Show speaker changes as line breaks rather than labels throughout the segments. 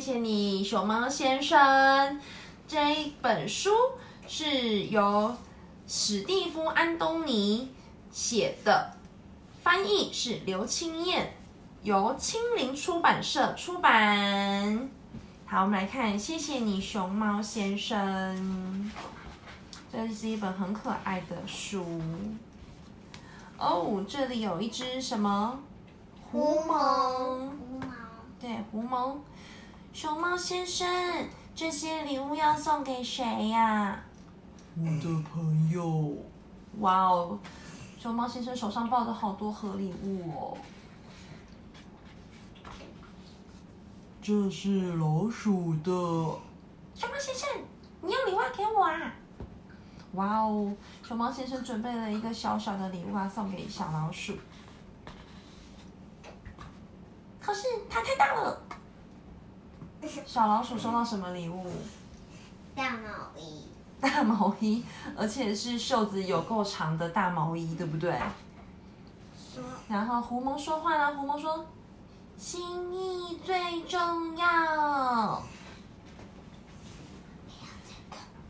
谢你，熊猫先生。这一本书是由史蒂夫·安东尼写的，翻译是刘青燕，由青林出版社出版。好，我们来看，谢谢你，熊猫先生。这是一本很可爱的书。哦，这里有一只什么？狐獴。
狐獴，
对，狐獴。熊猫先生，这些礼物要送给谁呀、
我的朋友，
哇哦，熊猫先生手上抱着好多盒礼物哦。
这是老鼠的，
熊猫先生，你有礼物要给我啊！哇哦，熊猫先生准备了一个小小的礼物啊，送给小老鼠。可是它太大了。 小老鼠收到什么礼物？
大毛衣，
大毛衣，而且是袖子有够长的大毛衣，对不对？
说
然后狐獴说话了，狐獴说：“心意最重要。”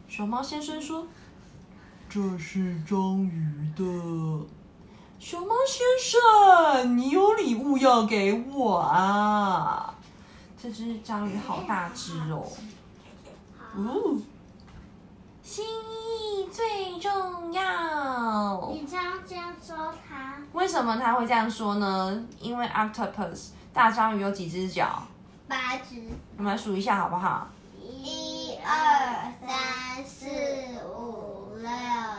熊猫先生说
这是章鱼的。：“
熊猫先生，你有礼物要给我啊！”这只章鱼好大只哦，哦，心意最重要。
你这样这样说他，
为什么他会这样说呢？因为 octopus 大章鱼有几只脚？
八只，
我们来数一下好不好？
一二三四五六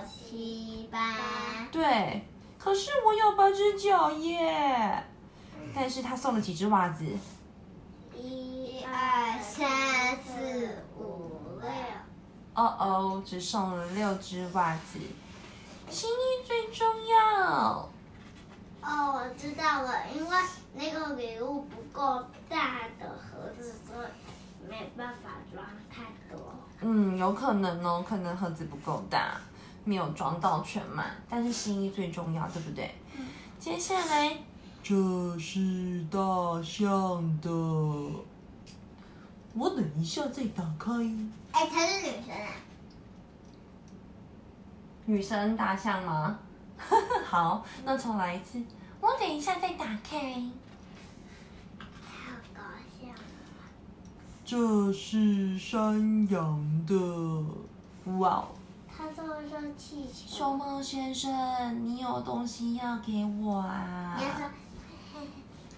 七八，
对，可是我有八只脚耶。但是他送了几只袜子？
一二三四五六，
哦哦，只送了六只袜子。心意最重要。
哦，我知道了，因为那个礼物不够大的盒子，所以没办法装太多。
嗯，有可能哦，可能盒子不够大，没有装到全满。但是心意最重要，对不对？接下来，
这是大象的，我等一下再打开。
哎，她是女生啊，
女生大象吗？ 好，那重来一次。我等一下再打开。
好搞笑。
这是山羊的，
哇哦！
她坐上气球，
熊猫先生，你有东西要给我啊
你？要说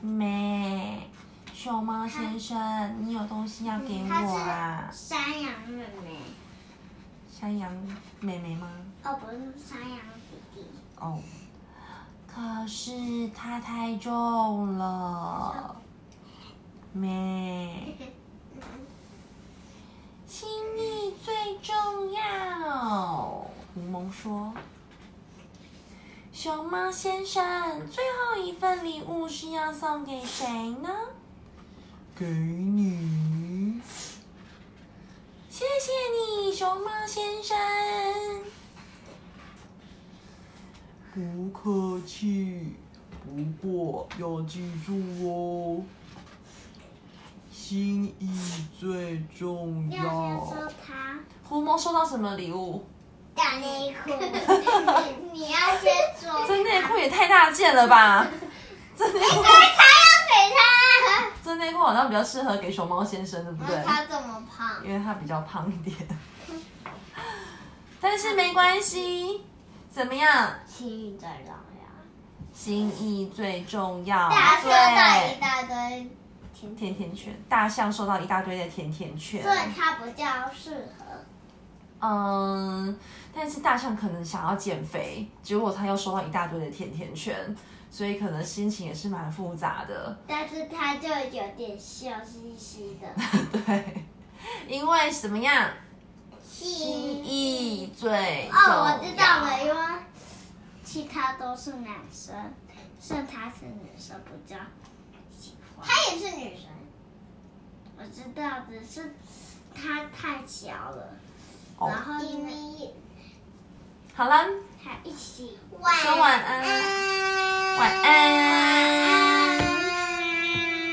没。熊猫先生，你有东西要给我啊
她是？山羊妹妹，
山羊妹妹吗？
哦，不是山羊弟弟。
哦。可是它太重了。
哦
没。心意最重要。狐獴说：“熊猫先生，最后一份礼物是要送给谁呢？”
给你。
谢谢你，熊猫先生。
不客气，不过要记住哦，心意最重
你要先说
要。
她。
狐獴收到什么礼物？
大内裤， 你要先说。
这内裤也太大件了 吧！这内裤，
才要
这内裤好像比较适合给熊猫先生，对不
给他。
对
那？他这么胖，
因为他比较胖一点。 但是没关系，怎么样？
心意最重要。
心意最重要。
大车大一
对，
大堆，甜
甜甜圈，大象收到一大堆的甜甜圈。
所以它不叫适合。
嗯，但是大象可能想要减肥，结果他又收到一大堆的甜甜圈，所以可能心情也是蛮复杂的。
但是它就有点笑嘻嘻的，
对，因为怎么样，
心
心意最重要
哦，我知道了，因为其他都是男生，剩他是女生，不叫喜欢。他也是女生，我知道，只是他太小了，
哦
然后因为
好了，
他一起晚
说晚安，晚安。